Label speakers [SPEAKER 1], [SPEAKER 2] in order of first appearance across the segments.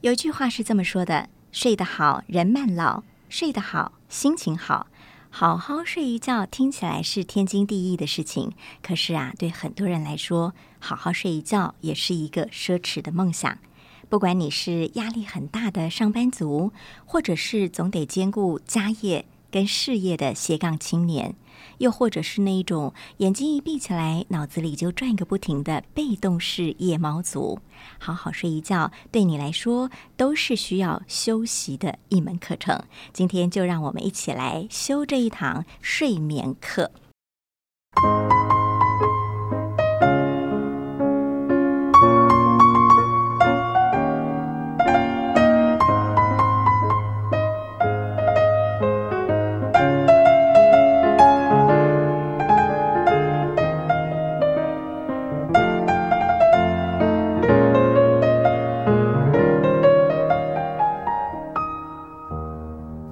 [SPEAKER 1] 有一句话是这么说的：“睡得好，人慢老；睡得好，心情好。”好好睡一觉听起来是天经地义的事情，可是啊，对很多人来说，好好睡一觉也是一个奢侈的梦想。不管你是压力很大的上班族，或者是总得兼顾家业跟事业的斜杠青年，又或者是那一种眼睛一闭起来，脑子里就转个不停的被动式夜猫族，好好睡一觉，对你来说都是需要休息的一门课程。今天就让我们一起来修这一堂睡眠课。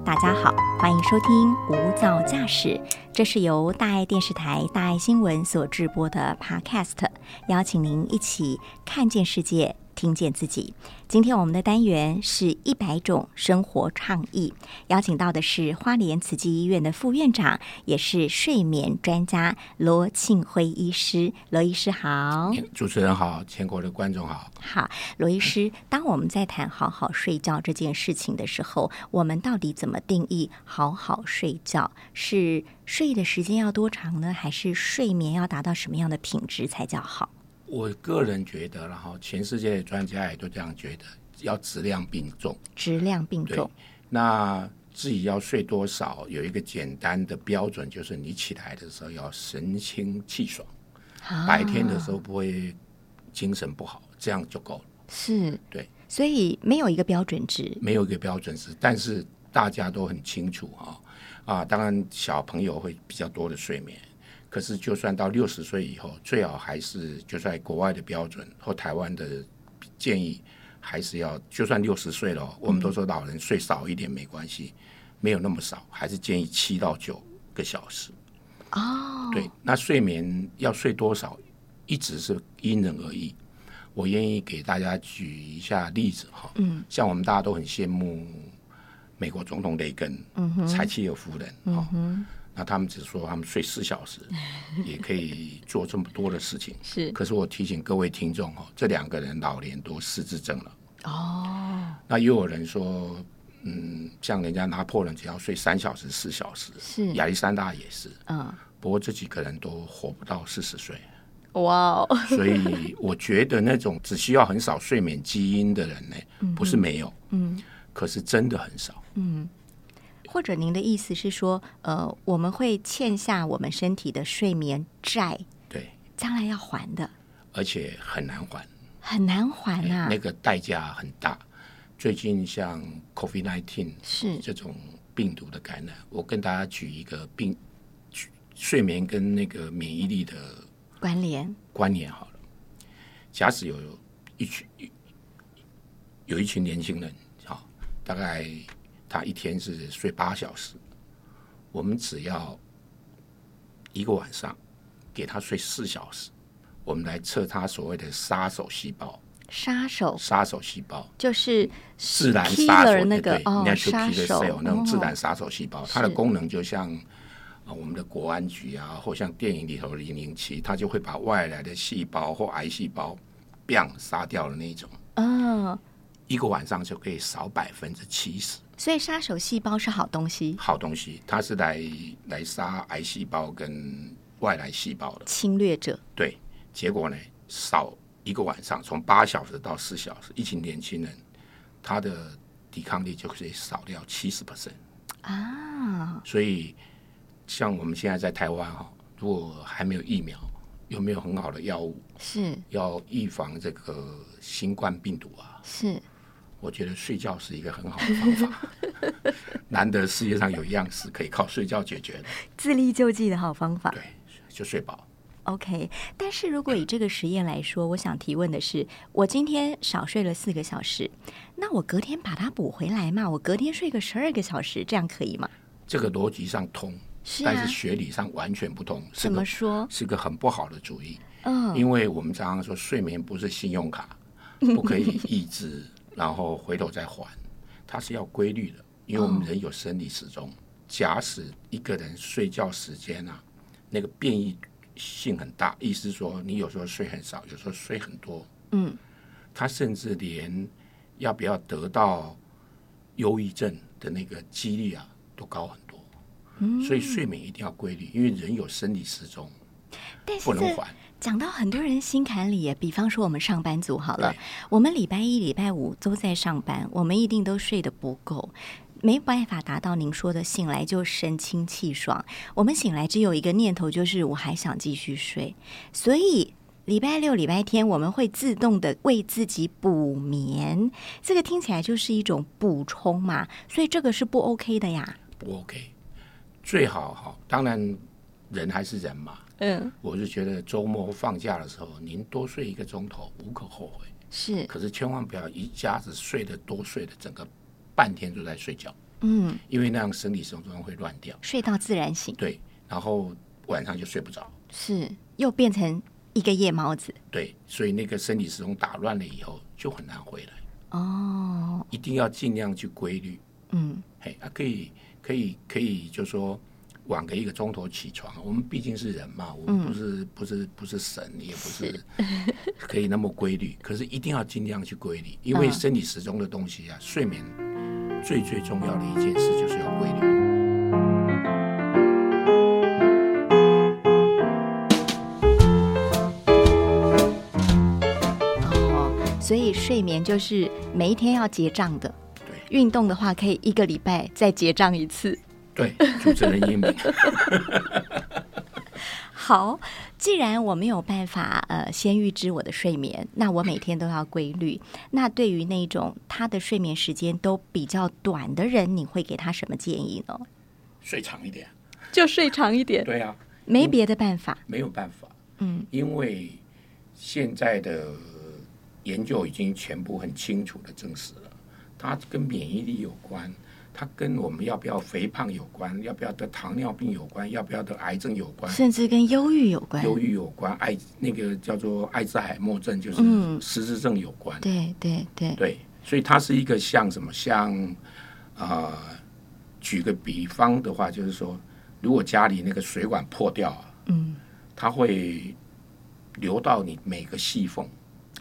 [SPEAKER 1] 大家好，欢迎收听《无噪驾驶》，这是由大爱电视台、大爱新闻所制播的 Podcast，邀请您一起看见世界，听见自己。今天我们的单元是一百种生活倡议，邀请到的是花莲慈济医院的副院长，也是睡眠专家罗庆辉医师。罗医师好，
[SPEAKER 2] 主持人好，全国的观众好。
[SPEAKER 1] 好，罗医师，当我们在谈好好睡觉这件事情的时候，我们到底怎么定义好好睡觉？是睡的时间要多长呢？还是睡眠要达到什么样的品质才叫好？
[SPEAKER 2] 我个人觉得，然后全世界的专家也都这样觉得，要质量并重。
[SPEAKER 1] 质量并重，
[SPEAKER 2] 那自己要睡多少，有一个简单的标准，就是你起来的时候要神清气爽，
[SPEAKER 1] 啊
[SPEAKER 2] 白天的时候不会精神不好，这样就够了。
[SPEAKER 1] 是
[SPEAKER 2] 对，
[SPEAKER 1] 所以没有一个标准值。
[SPEAKER 2] 没有一个标准值，但是大家都很清楚啊、啊，当然小朋友会比较多的睡眠，可是就算到六十岁以后，最好还是就在国外的标准或台湾的建议，还是要就算六十岁了哦，我们都说老人睡少一点没关系，没有那么少，还是建议七到九个小时。
[SPEAKER 1] 哦，
[SPEAKER 2] 对，那睡眠要睡多少，一直是因人而异。我愿意给大家举一下例子哈，嗯，像我们大家都很羡慕美国总统雷根，嗯哼，柴契尔夫人，嗯哼，那他们只说他们睡四小时， 也可以做这么多的事情。
[SPEAKER 1] 是
[SPEAKER 2] 可是我提醒各位听众哦，这两个人老年都失智症了。
[SPEAKER 1] 哦，
[SPEAKER 2] 那又有人说，嗯，像人家拿破仑只要睡三小时、四小时，
[SPEAKER 1] 是
[SPEAKER 2] 亚历山大也是，
[SPEAKER 1] 嗯，
[SPEAKER 2] 不过这几个人都活不到四十岁，
[SPEAKER 1] 哇哦，
[SPEAKER 2] 所以我觉得那种只需要很少睡眠基因的人呢，不是没有，
[SPEAKER 1] 嗯，
[SPEAKER 2] 可是真的很少。
[SPEAKER 1] 或者您的意思是说，呃，我们会欠下我们身体的睡眠债，
[SPEAKER 2] 对，
[SPEAKER 1] 将来要还的，
[SPEAKER 2] 而且很难还，
[SPEAKER 1] 很难还啊。
[SPEAKER 2] 那个代价很大。最近像 COVID-19
[SPEAKER 1] 是
[SPEAKER 2] 这种病毒的感染，我跟大家举一个病举睡眠跟那个免疫力的
[SPEAKER 1] 关联，
[SPEAKER 2] 关联好了。假使有一群一有一群年轻人，好、大概他一天是睡八小时，我们只要一个晚上给他睡四小时，我们来测他所谓的杀手细胞，
[SPEAKER 1] 杀手
[SPEAKER 2] 杀手细胞。
[SPEAKER 1] 就是
[SPEAKER 2] 自然杀
[SPEAKER 1] killer
[SPEAKER 2] 手
[SPEAKER 1] 那个
[SPEAKER 2] 对，
[SPEAKER 1] 哦
[SPEAKER 2] 应该是
[SPEAKER 1] 杀
[SPEAKER 2] killer
[SPEAKER 1] 手
[SPEAKER 2] cell 那种自然
[SPEAKER 1] 哦
[SPEAKER 2] 杀手细胞，它的
[SPEAKER 1] 是
[SPEAKER 2] 功能就像啊我们的国安局啊，或像电影里头的零零七，它就会把外来的细胞或癌细胞 b 杀掉的那一种，
[SPEAKER 1] 嗯，
[SPEAKER 2] 一个晚上就可以少百分之七十。
[SPEAKER 1] 所以杀手细胞是好东西，
[SPEAKER 2] 好东西，它是来来杀癌细胞跟外来细胞的。
[SPEAKER 1] 侵略者
[SPEAKER 2] 对，结果呢，少一个晚上，从八小时到四小时，一群年轻人，他的抵抗力就可以少掉七十 percent。
[SPEAKER 1] 啊，
[SPEAKER 2] 所以，像我们现在在台湾哈、如果还没有疫苗，又没有很好的药物，
[SPEAKER 1] 是
[SPEAKER 2] 要预防这个新冠病毒啊，
[SPEAKER 1] 是
[SPEAKER 2] 我觉得睡觉是一个很好的方法。难得世界上有一样是可以靠睡觉解决的，
[SPEAKER 1] 自力救济的好方法。
[SPEAKER 2] 对，就睡饱。
[SPEAKER 1] OK，但是如果以这个实验来说，我想提问的是，我今天少睡了四个小时，那我隔天把它补回来嘛？我隔天睡个十二个小时，这样可以吗？
[SPEAKER 2] 这个逻辑上通，
[SPEAKER 1] 是
[SPEAKER 2] 但
[SPEAKER 1] 啊
[SPEAKER 2] 是，学理上完全不通，是
[SPEAKER 1] 怎么
[SPEAKER 2] 个
[SPEAKER 1] 说？
[SPEAKER 2] 是个很不好的主意。
[SPEAKER 1] 嗯，
[SPEAKER 2] 因为我们常常说睡眠不是信用卡，不可以抑制然后回头再还，它是要规律的，因为我们人有生理时钟。假使一个人睡觉时间啊，那个变异性很大，意思说你有时候睡很少，有时候睡很多，
[SPEAKER 1] 嗯，
[SPEAKER 2] 他甚至连要不要得到忧郁症的那个几率啊都高很多。嗯，所以睡眠一定要规律，因为人有生理时钟，
[SPEAKER 1] 但是
[SPEAKER 2] 不能
[SPEAKER 1] 这
[SPEAKER 2] 还。
[SPEAKER 1] 讲到很多人心坎里耶，比方说我们上班族好了
[SPEAKER 2] 对，
[SPEAKER 1] 我们礼拜一、礼拜五都在上班，我们一定都睡得不够，没办法达到您说的醒来就神清气爽。我们醒来只有一个念头，就是我还想继续睡，所以。礼拜六、礼拜天，我们会自动的为自己补眠，这个听起来就是一种补充嘛，所以这个是不 OK 的呀。
[SPEAKER 2] 不 OK。最好哈，当然人还是人嘛，
[SPEAKER 1] 嗯，
[SPEAKER 2] 我是觉得周末放假的时候，您多睡一个钟头无可厚非，
[SPEAKER 1] 是，
[SPEAKER 2] 可是千万不要一下子睡得多睡的整个半天都在睡觉，
[SPEAKER 1] 嗯，
[SPEAKER 2] 因为那样生理时钟会乱掉，
[SPEAKER 1] 睡到自然醒，
[SPEAKER 2] 对，然后晚上就睡不着，
[SPEAKER 1] 是又变成一个夜猫子。
[SPEAKER 2] 对，所以那个生理时钟打乱了以后就很难回来，
[SPEAKER 1] 哦，
[SPEAKER 2] 一定要尽量去规律，
[SPEAKER 1] 嗯，
[SPEAKER 2] 嘿，啊，可以，可以，可以，就说晚个一个钟头起床，我们毕竟是人嘛，
[SPEAKER 1] 嗯
[SPEAKER 2] 我们不是、不是不是神，也不是 可以那么规律，可是一定要尽量去规律，因为
[SPEAKER 1] 嗯
[SPEAKER 2] 生理时钟的东西啊，睡眠最最重要的一件事就是要规律。
[SPEAKER 1] 哦，所以睡眠就是每一天要结账的。
[SPEAKER 2] 对
[SPEAKER 1] 运动的话，可以一个礼拜再结账一次。
[SPEAKER 2] 对，主持人英明，
[SPEAKER 1] 好，既然我没有办法呃先预知我的睡眠，那我每天都要规律。那对于那种他的睡眠时间都比较短的人，你会给他什么建议呢？
[SPEAKER 2] 睡长一点。啊
[SPEAKER 1] 就睡长一点，
[SPEAKER 2] 对啊，
[SPEAKER 1] 没别的办法。
[SPEAKER 2] 没有办法，
[SPEAKER 1] 嗯，
[SPEAKER 2] 因为现在的研究已经全部很清楚的证实了，它跟免疫力有关，它跟我们要不要肥胖有关，要不要得糖尿病有关，要不要得癌症有关，
[SPEAKER 1] 甚至跟忧郁有关。
[SPEAKER 2] 忧郁有关，爱那个叫做爱滋海默症，就是
[SPEAKER 1] 嗯
[SPEAKER 2] 失智症有关。
[SPEAKER 1] 对对对，
[SPEAKER 2] 对，所以它是一个像什么？像啊、呃举个比方的话，就是说，如果家里那个水管破掉啊，
[SPEAKER 1] 嗯，
[SPEAKER 2] 它会流到你每个细缝，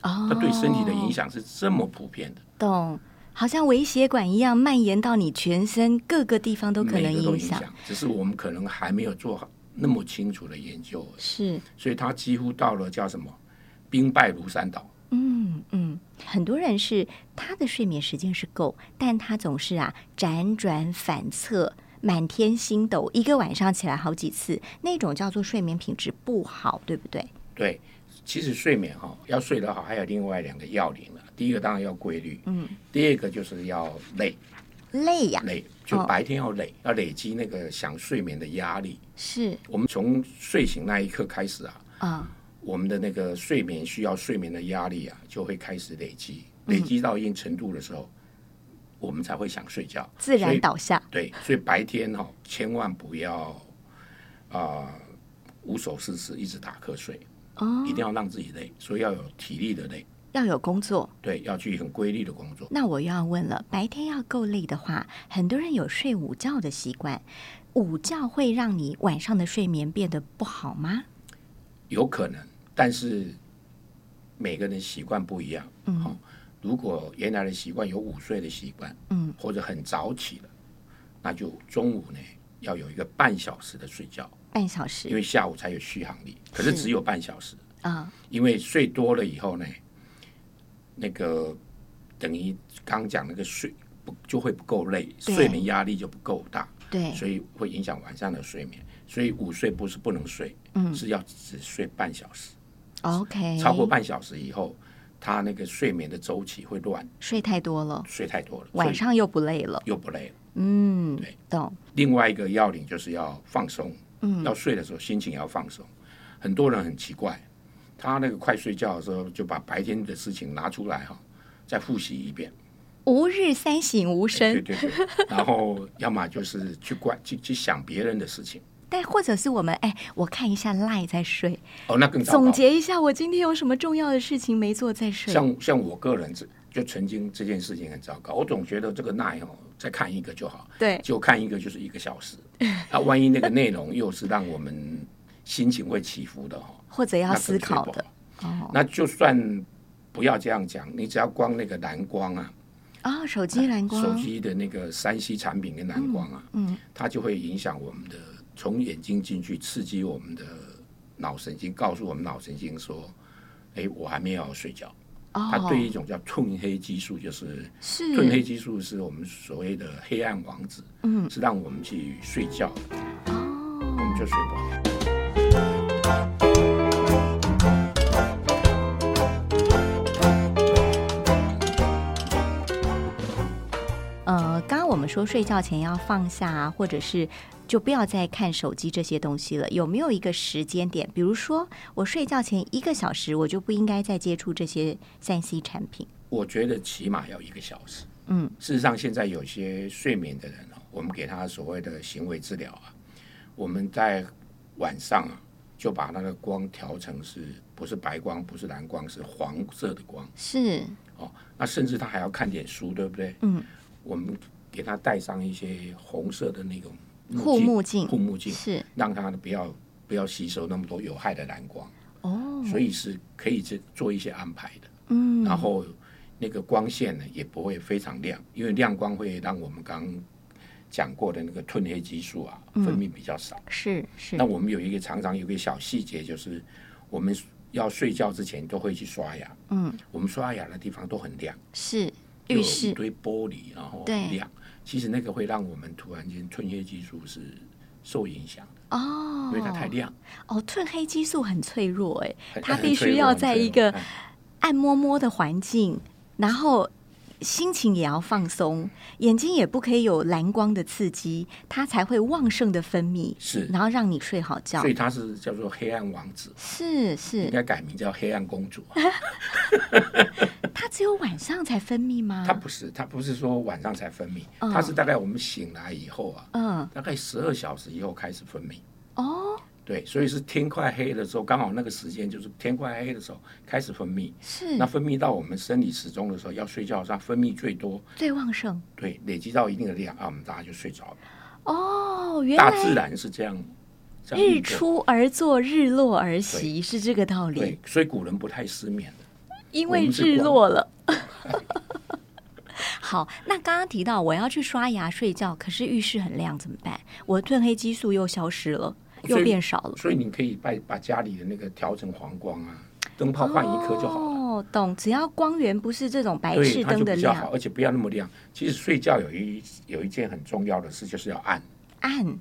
[SPEAKER 1] 哦，
[SPEAKER 2] 它对身体的影响是这么普遍的，
[SPEAKER 1] 懂，好像微血管一样蔓延到你全身各个地方都可能
[SPEAKER 2] 每个都
[SPEAKER 1] 影
[SPEAKER 2] 影
[SPEAKER 1] 响。
[SPEAKER 2] 响，只是我们可能还没有做好那么清楚的研究而已，
[SPEAKER 1] 是，
[SPEAKER 2] 所以它几乎到了叫什么兵败如山倒。
[SPEAKER 1] 嗯嗯，很多人是他的睡眠时间是够，但他总是啊辗转反侧。满天星斗，一个晚上起来好几次，那种叫做睡眠品质不好，对不对？
[SPEAKER 2] 对，其实睡眠哈、要睡得好，还有另外两个要领了。第一个当然要规律，嗯，第二个就是要累，
[SPEAKER 1] 累呀、
[SPEAKER 2] 累，就
[SPEAKER 1] 哦
[SPEAKER 2] 白天要累，要累积那个想睡眠的压力。
[SPEAKER 1] 是
[SPEAKER 2] 我们从睡醒那一刻开始啊，
[SPEAKER 1] 啊、
[SPEAKER 2] 我们的那个睡眠需要睡眠的压力啊，就会开始累积，
[SPEAKER 1] 嗯
[SPEAKER 2] 累积到一定程度的时候，我们才会想睡觉，
[SPEAKER 1] 自
[SPEAKER 2] 所
[SPEAKER 1] 然
[SPEAKER 2] 以
[SPEAKER 1] 倒下。
[SPEAKER 2] 对，所以白天哈、千万不要啊、无所事事，一直打瞌睡，
[SPEAKER 1] 哦，
[SPEAKER 2] 一定要让自己累，所以要有体力的累，
[SPEAKER 1] 要有工作。
[SPEAKER 2] 对，要去很规律的工作。
[SPEAKER 1] 那我又要问了，白天要够累的话，很多人有睡午觉的习惯，午觉会让你晚上的睡眠变得不好吗？
[SPEAKER 2] 有可能，但是每个人习惯不一样。嗯、如果原来的习惯有午睡的习惯，
[SPEAKER 1] 嗯，
[SPEAKER 2] 或者很早起了，那就中午呢要有一个半小时的睡觉，
[SPEAKER 1] 半小
[SPEAKER 2] 因
[SPEAKER 1] 时
[SPEAKER 2] 为下午才有续航力。可是
[SPEAKER 1] 是
[SPEAKER 2] 只有半小时，
[SPEAKER 1] 啊、
[SPEAKER 2] 因为睡多了以后呢，那个等于刚讲那个睡不就会不够累，
[SPEAKER 1] 对
[SPEAKER 2] 睡眠压力就不够大，
[SPEAKER 1] 对，
[SPEAKER 2] 所以会影响晚上的睡眠。所以午睡不是不能睡，
[SPEAKER 1] 嗯
[SPEAKER 2] 是要只睡半小时。
[SPEAKER 1] ，OK，
[SPEAKER 2] 超过半小时以后，他那个睡眠的周期会乱，
[SPEAKER 1] 睡太多了，
[SPEAKER 2] 睡太多了，
[SPEAKER 1] 晚上又不累了
[SPEAKER 2] 所以，又不累了。
[SPEAKER 1] 嗯
[SPEAKER 2] 对，
[SPEAKER 1] 懂，
[SPEAKER 2] 另外一个要领就是要放松，嗯，要睡的时候心情要放松。很多人很奇怪，他那个快睡觉的时候就把白天的事情拿出来哈、再复习一遍，
[SPEAKER 1] 吾日三省吾
[SPEAKER 2] 对
[SPEAKER 1] 身，
[SPEAKER 2] 对对， 然后要么就是去关去去想别人的事情，
[SPEAKER 1] 但或者是我们哎，我看一下 lie 再睡，
[SPEAKER 2] 哦，那更糟
[SPEAKER 1] 总
[SPEAKER 2] 糕。
[SPEAKER 1] 结一下我今天有什么重要的事情没做再睡，
[SPEAKER 2] 像像我个人这就曾经这件事情很糟糕。我总觉得这个奈哦，再看一个就好，
[SPEAKER 1] 对，
[SPEAKER 2] 就看一个就是一个小时。 啊，万一那个内容又是让我们心情会起伏的哈、哦，
[SPEAKER 1] 或者要
[SPEAKER 2] 那
[SPEAKER 1] 思
[SPEAKER 2] 可能
[SPEAKER 1] 考
[SPEAKER 2] 就不
[SPEAKER 1] 的
[SPEAKER 2] 好。
[SPEAKER 1] 哦
[SPEAKER 2] 那就算不要这样讲，你只要光那个蓝光啊，
[SPEAKER 1] 啊，手机蓝光，
[SPEAKER 2] 哎手机的那个三 C 产品跟蓝光啊，
[SPEAKER 1] 嗯嗯
[SPEAKER 2] 它就会影响我们的从眼睛进去，刺激我们的脑神经，告诉我们脑神经说，哎，我还没有睡觉。它
[SPEAKER 1] 哦，
[SPEAKER 2] 对一种叫褪黑激素，就是褪黑
[SPEAKER 1] 是
[SPEAKER 2] 激素是我们所谓的黑暗王子，
[SPEAKER 1] 嗯
[SPEAKER 2] 是让我们去睡觉，我
[SPEAKER 1] 哦，
[SPEAKER 2] 们就睡不好。
[SPEAKER 1] 呃，刚刚我们说睡觉前要放下、啊，或者是就不要再看手机这些东西了。有没有一个时间点？比如说，我睡觉前一个小时，我就不应该再接触这些三 C 产品。
[SPEAKER 2] 我觉得起码要一个小时。
[SPEAKER 1] 嗯，
[SPEAKER 2] 事实上，现在有些睡眠的人哦，我们给他所谓的行为治疗啊，我们在晚上啊就把那个光调成是不是白光，不是蓝光，是黄色的光
[SPEAKER 1] 是，
[SPEAKER 2] 哦。那甚至他还要看点书，对不对？
[SPEAKER 1] 嗯，
[SPEAKER 2] 我们给他戴上一些红色的那种
[SPEAKER 1] 护目镜
[SPEAKER 2] 护目镜
[SPEAKER 1] 是
[SPEAKER 2] 让他不要不要吸收那么多有害的蓝光，
[SPEAKER 1] 哦，
[SPEAKER 2] 所以是可以这做一些安排的。
[SPEAKER 1] 嗯，
[SPEAKER 2] 然后那个光线呢也不会非常亮，因为亮光会让我们刚刚讲过的那个褪黑激素啊
[SPEAKER 1] 嗯
[SPEAKER 2] 分泌比较少。
[SPEAKER 1] 是是
[SPEAKER 2] 那，我们有一个常常有一个小细节，就是我们要睡觉之前都会去刷牙，
[SPEAKER 1] 嗯，
[SPEAKER 2] 我们刷牙的地方都很亮，
[SPEAKER 1] 是
[SPEAKER 2] 又有
[SPEAKER 1] 浴
[SPEAKER 2] 一
[SPEAKER 1] 室
[SPEAKER 2] 堆玻璃，然后
[SPEAKER 1] 对
[SPEAKER 2] 很亮。其实那个会让我们突然间褪黑激素是受影响的，
[SPEAKER 1] 哦
[SPEAKER 2] 因为它太亮，
[SPEAKER 1] 哦，褪黑激素很脆弱哎，
[SPEAKER 2] 很
[SPEAKER 1] 它
[SPEAKER 2] 很
[SPEAKER 1] 必
[SPEAKER 2] 脆
[SPEAKER 1] 须
[SPEAKER 2] 弱
[SPEAKER 1] 要
[SPEAKER 2] 很
[SPEAKER 1] 在
[SPEAKER 2] 脆
[SPEAKER 1] 一
[SPEAKER 2] 弱
[SPEAKER 1] 个
[SPEAKER 2] 哎
[SPEAKER 1] 暗摸摸的环境，然后心情也要放松，眼睛也不可以有蓝光的刺激，它才会旺盛的分泌，
[SPEAKER 2] 是，
[SPEAKER 1] 然后让你睡好觉
[SPEAKER 2] 所。以它是叫做黑暗王子，
[SPEAKER 1] 是
[SPEAKER 2] 应
[SPEAKER 1] 是，
[SPEAKER 2] 该改名叫黑暗公主啊。
[SPEAKER 1] 它只有晚上才分泌吗
[SPEAKER 2] 它？不是，它不是说晚上才分泌，
[SPEAKER 1] 嗯
[SPEAKER 2] 它是大概我们醒来以后啊，
[SPEAKER 1] 嗯，
[SPEAKER 2] 大概十二小时以后开始分泌。
[SPEAKER 1] 哦，
[SPEAKER 2] 对，所以是天快黑的时候，刚好那个时间就是天快黑的时候开始分泌。
[SPEAKER 1] 是
[SPEAKER 2] 那分泌到我们生理时钟的时候，要睡觉上分泌最多，
[SPEAKER 1] 最旺盛
[SPEAKER 2] 对，累积到一定的量啊，我们大家就睡着了。
[SPEAKER 1] 哦，原
[SPEAKER 2] 大自
[SPEAKER 1] 来
[SPEAKER 2] 然是这样，这样
[SPEAKER 1] 日
[SPEAKER 2] 运作。
[SPEAKER 1] 出而作，日落而息是这个道理
[SPEAKER 2] 对，，所以古人不太失眠的。
[SPEAKER 1] 因
[SPEAKER 2] 我
[SPEAKER 1] 为
[SPEAKER 2] 们是
[SPEAKER 1] 日
[SPEAKER 2] 光
[SPEAKER 1] 落了。 好，那刚刚提到我要去刷牙睡觉，可是浴室很亮怎么办？我褪黑激素又消失了，又
[SPEAKER 2] 所以
[SPEAKER 1] 变少了。
[SPEAKER 2] 所以你可以把把家里的那个调成黄光啊，灯泡换一颗就好了。
[SPEAKER 1] 哦，懂，只要光源不是这种白
[SPEAKER 2] 对，
[SPEAKER 1] 炽
[SPEAKER 2] 它
[SPEAKER 1] 灯
[SPEAKER 2] 就
[SPEAKER 1] 的
[SPEAKER 2] 比较好，
[SPEAKER 1] 亮，
[SPEAKER 2] 而且不要那么亮。其实睡觉有一有一件很重要的事，就是要暗。
[SPEAKER 1] 暗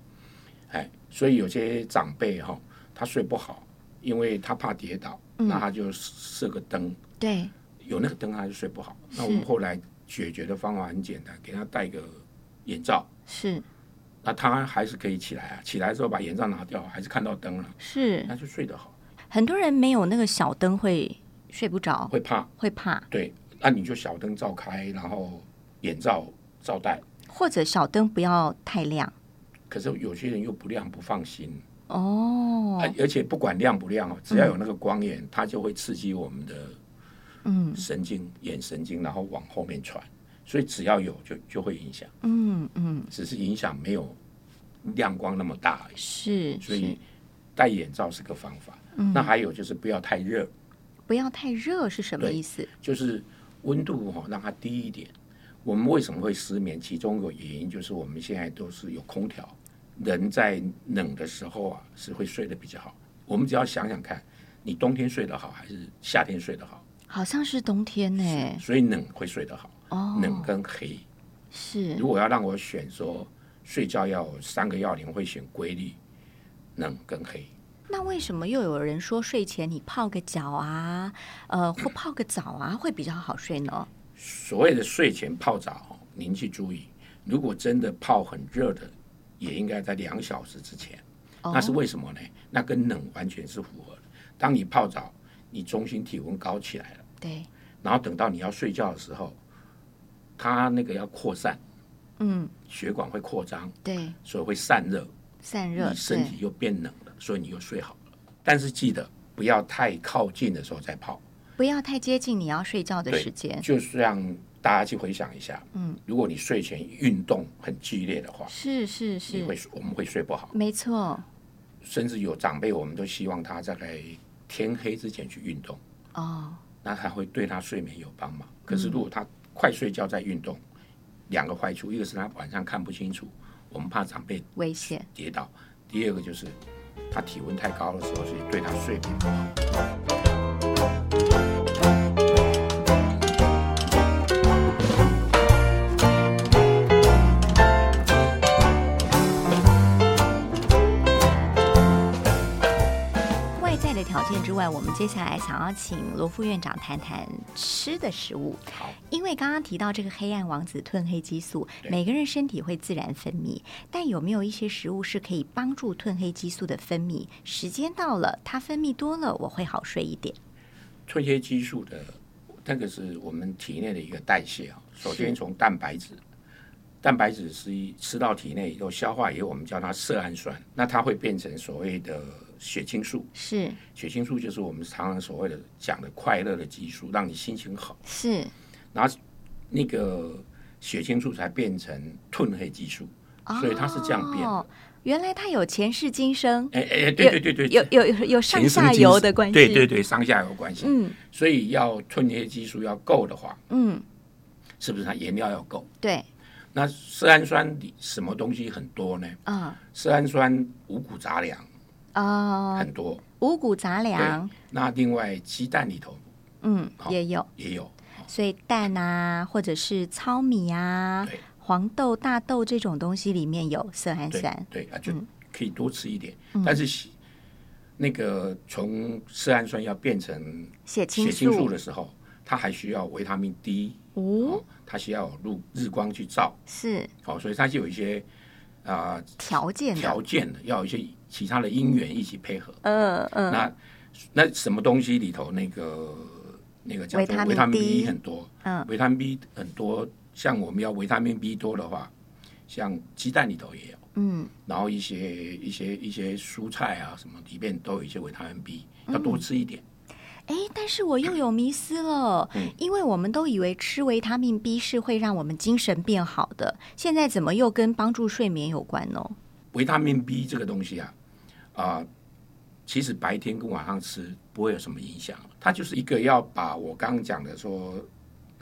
[SPEAKER 2] 哎，所以有些长辈哈、他睡不好，因为他怕跌倒，
[SPEAKER 1] 嗯
[SPEAKER 2] 那他就设个灯，
[SPEAKER 1] 对
[SPEAKER 2] 有那个灯他就睡不好。那我
[SPEAKER 1] 是
[SPEAKER 2] 们后来解决的方法很简单，给他戴个眼罩，
[SPEAKER 1] 是
[SPEAKER 2] 那他还是可以起来啊。起来之后把眼罩拿掉，还是看到灯了，
[SPEAKER 1] 是，
[SPEAKER 2] 那就睡得好。
[SPEAKER 1] 很多人没有那个小灯会睡不着，
[SPEAKER 2] 会怕，
[SPEAKER 1] 会怕，
[SPEAKER 2] 对，那你就小灯照开，然后眼罩照戴。
[SPEAKER 1] 或者小灯不要太亮
[SPEAKER 2] 可是有些人又不亮不放心，啊
[SPEAKER 1] 哦，
[SPEAKER 2] 而而且不管亮不亮哦，只要有那个光源，它就会刺激我们的
[SPEAKER 1] 嗯
[SPEAKER 2] 神经、眼神经，然后往后面传。所以只要有就就会影响，
[SPEAKER 1] 嗯嗯，
[SPEAKER 2] 只是影响没有亮光那么大而已。
[SPEAKER 1] 是
[SPEAKER 2] 所
[SPEAKER 1] 是嗯
[SPEAKER 2] 以，戴眼罩是个方法。那还有就是不要太热，
[SPEAKER 1] 不要太热是什么
[SPEAKER 2] 对
[SPEAKER 1] 意思？
[SPEAKER 2] 就是温度哈、让它低一点。我们为什么会失眠？其中有原因就是我们现在都是有空调，人在冷的时候啊是会睡得比较好。我们只要想想看，你冬天睡得好还是夏天睡得好？
[SPEAKER 1] 好像是冬天呢、
[SPEAKER 2] 所以冷会睡得好，
[SPEAKER 1] 嗯哦，
[SPEAKER 2] 冷跟黑。
[SPEAKER 1] 是
[SPEAKER 2] 如果要让我选说睡觉要有三个要领，会选规律、冷跟黑。
[SPEAKER 1] 那为什么又有人说睡前你泡个脚啊，呃，或泡个澡啊，会比较好睡呢？
[SPEAKER 2] 所谓的睡前泡澡哦，您去注意，如果真的泡很热的，也应该在两小时之前。
[SPEAKER 1] 哦
[SPEAKER 2] 那是为什么呢？那跟冷完全是符合的。当你泡澡，你中心体温高起来了，
[SPEAKER 1] 对，
[SPEAKER 2] 然后等到你要睡觉的时候，它那个要扩散，
[SPEAKER 1] 嗯，
[SPEAKER 2] 血管会扩张，
[SPEAKER 1] 对，
[SPEAKER 2] 所以会散热，
[SPEAKER 1] 散热，
[SPEAKER 2] 你身体
[SPEAKER 1] 对，
[SPEAKER 2] 又变冷了，所以你又睡好了。但是记得不要太靠近的时候再泡，
[SPEAKER 1] 不要太接近你要睡觉的时间。
[SPEAKER 2] 就是让大家去回想一下，嗯，如果你睡前运动很剧烈的话，
[SPEAKER 1] 是是
[SPEAKER 2] 你会
[SPEAKER 1] 是，
[SPEAKER 2] 我们会睡不好，
[SPEAKER 1] 没错。
[SPEAKER 2] 甚至有长辈我们都希望他在天黑之前去运动，
[SPEAKER 1] 哦，
[SPEAKER 2] 那他会对他睡眠有帮忙。可是如果他快睡觉再运动，两个坏处，一个是他晚上看不清楚，我们怕长辈
[SPEAKER 1] 危险。
[SPEAKER 2] 跌倒；第二个就是他体温太高的时候，所以对他睡眠不好。
[SPEAKER 1] 外在的条件之外，我们接下来想要请罗副院长谈谈吃的食物。
[SPEAKER 2] 好，
[SPEAKER 1] 因为刚刚提到这个黑暗王子褪黑激素，
[SPEAKER 2] 对
[SPEAKER 1] 每个人身体会自然分泌，但有没有一些食物是可以帮助褪黑激素的分泌？时间到了，它分泌多了，我会好睡一点。
[SPEAKER 2] 褪黑激素的那个是我们体内的一个代谢啊。首
[SPEAKER 1] 是
[SPEAKER 2] 先从蛋白质，蛋白质是一吃到体内以后消化以后，我们叫它色氨酸，那它会变成所谓的血清素。
[SPEAKER 1] 是
[SPEAKER 2] 血清素就是我们常常所谓的讲的快乐的激素，让你心情好。
[SPEAKER 1] 是
[SPEAKER 2] 然后那个血清素才变成褪黑激素，所以它是这样变的
[SPEAKER 1] 哦。原来它有前世今生，
[SPEAKER 2] 哎哎，对对对对，
[SPEAKER 1] 有有有有上
[SPEAKER 2] 前生
[SPEAKER 1] 下
[SPEAKER 2] 今
[SPEAKER 1] 游
[SPEAKER 2] 世
[SPEAKER 1] 的关系。
[SPEAKER 2] 对对，对，上下游关系。
[SPEAKER 1] 嗯
[SPEAKER 2] 所以要褪黑激素要够的话，
[SPEAKER 1] 嗯，
[SPEAKER 2] 是不是它颜料要够？
[SPEAKER 1] 对，
[SPEAKER 2] 那色氨酸里什么东西很多呢？
[SPEAKER 1] 啊、
[SPEAKER 2] 色氨酸五谷杂粮
[SPEAKER 1] 哦，
[SPEAKER 2] 很多，
[SPEAKER 1] 五谷杂粮，
[SPEAKER 2] 那另外鸡蛋里头
[SPEAKER 1] 嗯，
[SPEAKER 2] 好
[SPEAKER 1] 也有，
[SPEAKER 2] 也有，
[SPEAKER 1] 所以蛋啊，或者是糙米啊
[SPEAKER 2] 对、
[SPEAKER 1] 黄豆、大豆这种东西里面有色氨
[SPEAKER 2] 对
[SPEAKER 1] 酸，嗯
[SPEAKER 2] 对啊，就可以多吃一点。但是喜那个从色氨酸要变成
[SPEAKER 1] 血清
[SPEAKER 2] 血清素
[SPEAKER 1] 素
[SPEAKER 2] 的时候，它还需要维他命 D，
[SPEAKER 1] 哦，
[SPEAKER 2] 哦，它需要有日日光去照，
[SPEAKER 1] 是
[SPEAKER 2] 哦，所以它是有一些啊
[SPEAKER 1] 条件的，
[SPEAKER 2] 条件的，要有一些其他的因缘一起配合。
[SPEAKER 1] 嗯嗯，
[SPEAKER 2] 那那什么东西里头那个那个叫
[SPEAKER 1] 维
[SPEAKER 2] 做
[SPEAKER 1] 他命
[SPEAKER 2] 维他命
[SPEAKER 1] D
[SPEAKER 2] B 很多，
[SPEAKER 1] 嗯
[SPEAKER 2] 维他命 B 很多，像我们要维他命 B 多的话，像鸡蛋里头也有，
[SPEAKER 1] 嗯，
[SPEAKER 2] 然后一些一些一些蔬菜啊什么里面都有一些维他命 B，要
[SPEAKER 1] 嗯
[SPEAKER 2] 多吃一点。
[SPEAKER 1] 哎，但是我又有迷思了，
[SPEAKER 2] 嗯
[SPEAKER 1] 因为我们都以为吃维他命 B 是会让我们精神变好的，现在怎么又跟帮助睡眠有关呢？
[SPEAKER 2] 维他命 B 这个东西啊，啊、其实白天跟晚上吃不会有什么影响，它就是一个要把我刚刚讲的说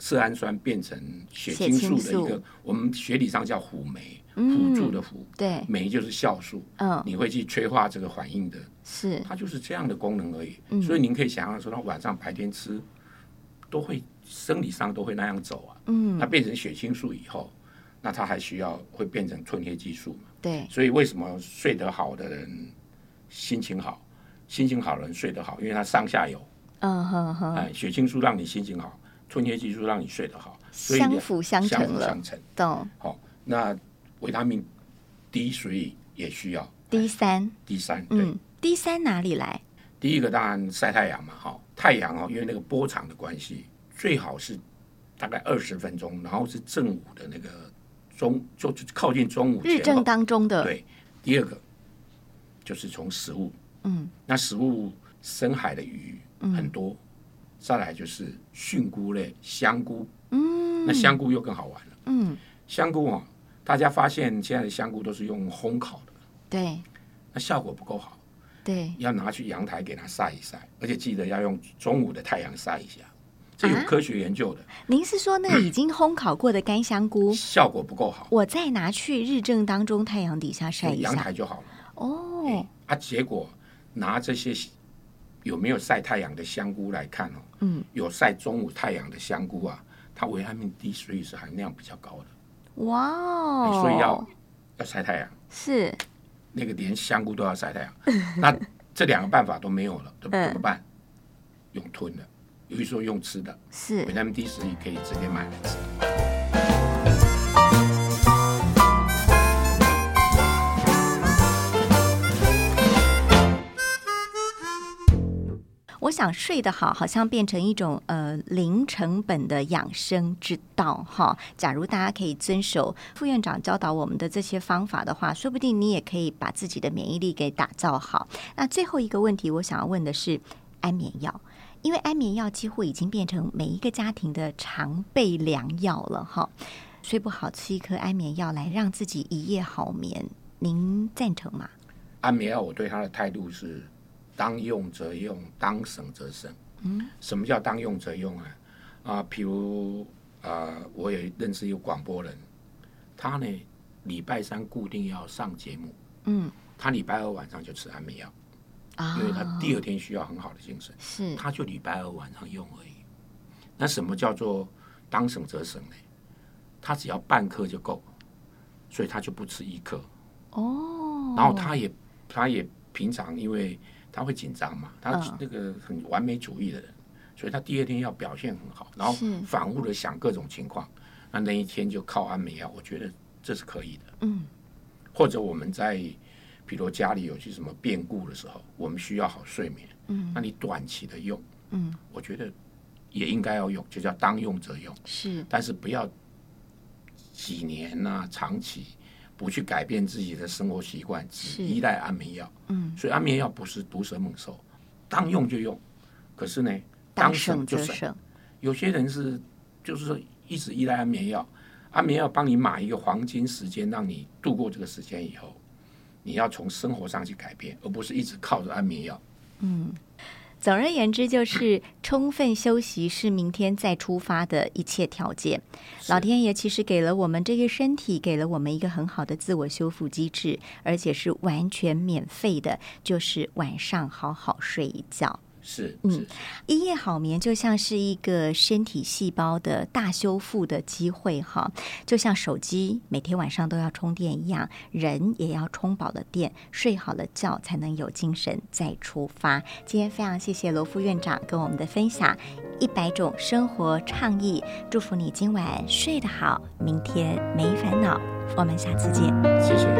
[SPEAKER 2] 色氨酸变成血清素
[SPEAKER 1] 血清
[SPEAKER 2] 的
[SPEAKER 1] 素嗯
[SPEAKER 2] 一个，我们学理上叫辅酶，辅助的辅，
[SPEAKER 1] 对，
[SPEAKER 2] 酶就是酵素，
[SPEAKER 1] 嗯，
[SPEAKER 2] 你会去催化这个反应的，
[SPEAKER 1] 是
[SPEAKER 2] 它就是这样的功能而已。
[SPEAKER 1] 嗯
[SPEAKER 2] 所以您可以想象说，它晚上白天吃都会生理上都会那样走啊，嗯，它变成血清素以后，那它还需要会变成褪黑激素嘛。
[SPEAKER 1] 对，
[SPEAKER 2] 所以为什么睡得好的人心情好，心情好的人睡得好，因为他上下游，
[SPEAKER 1] 嗯哼哼，
[SPEAKER 2] 哎、血清素让你心情好，褪黑激素让你睡得好，所以
[SPEAKER 1] 相
[SPEAKER 2] 两
[SPEAKER 1] 辅相成
[SPEAKER 2] 相辅
[SPEAKER 1] 了
[SPEAKER 2] 相成。哎
[SPEAKER 1] 懂
[SPEAKER 2] 好、那维他命 D 所以也需要。
[SPEAKER 1] ？D 三，
[SPEAKER 2] 第三，对，
[SPEAKER 1] 嗯，D 三哪里来？
[SPEAKER 2] 第一个当然晒太阳嘛，哈、太阳哦，因为那个波长的关系，最好是大概二十分钟，然后是正午的那个中，就就靠近中午前
[SPEAKER 1] 日
[SPEAKER 2] 后
[SPEAKER 1] 正当中的，
[SPEAKER 2] 对，第二个就是从食物，
[SPEAKER 1] 嗯，
[SPEAKER 2] 那食物深海的鱼很多，再来就是菌菇类、香菇，嗯，那香菇又更好玩了，
[SPEAKER 1] 嗯，
[SPEAKER 2] 香菇哦，大家发现现在的香菇都是用烘烤的，
[SPEAKER 1] 对
[SPEAKER 2] 那效果不够好，
[SPEAKER 1] 对，
[SPEAKER 2] 要拿去阳台给它晒一晒，而且记得要用中午的太阳晒一下，这有
[SPEAKER 1] 啊
[SPEAKER 2] 科学研究的，
[SPEAKER 1] 您是说那个已经烘烤过的干香菇，
[SPEAKER 2] 效果不够好，
[SPEAKER 1] 我再拿去日正当中太阳底下晒一
[SPEAKER 2] 阳
[SPEAKER 1] 下？
[SPEAKER 2] 台就好了。
[SPEAKER 1] 哦，
[SPEAKER 2] 啊，结果拿这些有没有晒太阳的香菇来看哦，嗯，有晒中午太阳的香菇啊，它维他命 D 所以是含量比较高的，
[SPEAKER 1] 哇哦，
[SPEAKER 2] 所以要要晒太阳，
[SPEAKER 1] 是
[SPEAKER 2] 那个连香菇都要晒 太阳，那这两个办法都没有了，怎
[SPEAKER 1] 嗯
[SPEAKER 2] 怎么办？用吞的，有一说用吃的，
[SPEAKER 1] 是，
[SPEAKER 2] 维他命 D 所以可以直接买来吃。
[SPEAKER 1] 我想睡得好，好像变成一种呃零成本的养生之道哈。假如大家可以遵守副院长教导我们的这些方法的话，说不定你也可以把自己的免疫力给打造好。那最后一个问题，我想要问的是安眠药。因为安眠药几乎已经变成每一个家庭的常备良药了哈。睡不好吃一颗安眠药来让自己一夜好眠，您赞成吗？
[SPEAKER 2] 安眠啊药我对它的态度是当用则用，当省则省。嗯，什么叫当用则用啊？啊，比如啊，我也认识一个广播人，他呢礼拜三固定要上节目，
[SPEAKER 1] 嗯
[SPEAKER 2] 他礼拜二晚上就吃安眠药，
[SPEAKER 1] 啊
[SPEAKER 2] 因为他第二天需要很好的精神，
[SPEAKER 1] 是
[SPEAKER 2] 他就礼拜二晚上用而已。那什么叫做当省则省呢？他只要半颗就够，所以他就不吃一颗。
[SPEAKER 1] 哦，
[SPEAKER 2] 然后他也他也平常因为他会紧张嘛，他
[SPEAKER 1] 嗯
[SPEAKER 2] 那个很完美主义的人，所以他第二天要表现很好，然后
[SPEAKER 1] 是
[SPEAKER 2] 反复的想各种情况，那那一天就靠安眠药，我觉得这是可以的。
[SPEAKER 1] 嗯
[SPEAKER 2] 或者我们在比如家里有些什么变故的时候，我们需要好睡眠，
[SPEAKER 1] 嗯，
[SPEAKER 2] 那你短期的用，
[SPEAKER 1] 嗯，
[SPEAKER 2] 我觉得也应该要用，就叫当用则用，
[SPEAKER 1] 是
[SPEAKER 2] 但是不要几年呐、长期不去改变自己的生活习惯，
[SPEAKER 1] 是
[SPEAKER 2] 只依赖安眠药。
[SPEAKER 1] 嗯，
[SPEAKER 2] 所以安眠药不是毒蛇猛兽，当用就用，可是呢，
[SPEAKER 1] 当
[SPEAKER 2] 当
[SPEAKER 1] 省
[SPEAKER 2] 省就
[SPEAKER 1] 则
[SPEAKER 2] 省。
[SPEAKER 1] 省，
[SPEAKER 2] 有些人是就是说一直依赖安眠药，安眠药帮你买一个黄金时间，让你度过这个时间以后，你要从生活上去改变，而不是一直靠着安眠药。
[SPEAKER 1] 总而言之，就是充分休息是明天再出发的一切条件。老天爷其实给了我们这个身体，给了我们一个很好的自我修复机制，而且是完全免费的，就是晚上好好睡一觉。
[SPEAKER 2] 是
[SPEAKER 1] 嗯
[SPEAKER 2] 是，是
[SPEAKER 1] 一夜好眠就像是一个身体细胞的大修复的机会哈，就像手机每天晚上都要充电一样，人也要充饱了电，睡好了觉才能有精神再出发。今天非常谢谢罗副院长跟我们的分享一百种生活倡议，祝福你今晚睡得好，明天没烦恼。我们下次见。
[SPEAKER 2] 谢谢。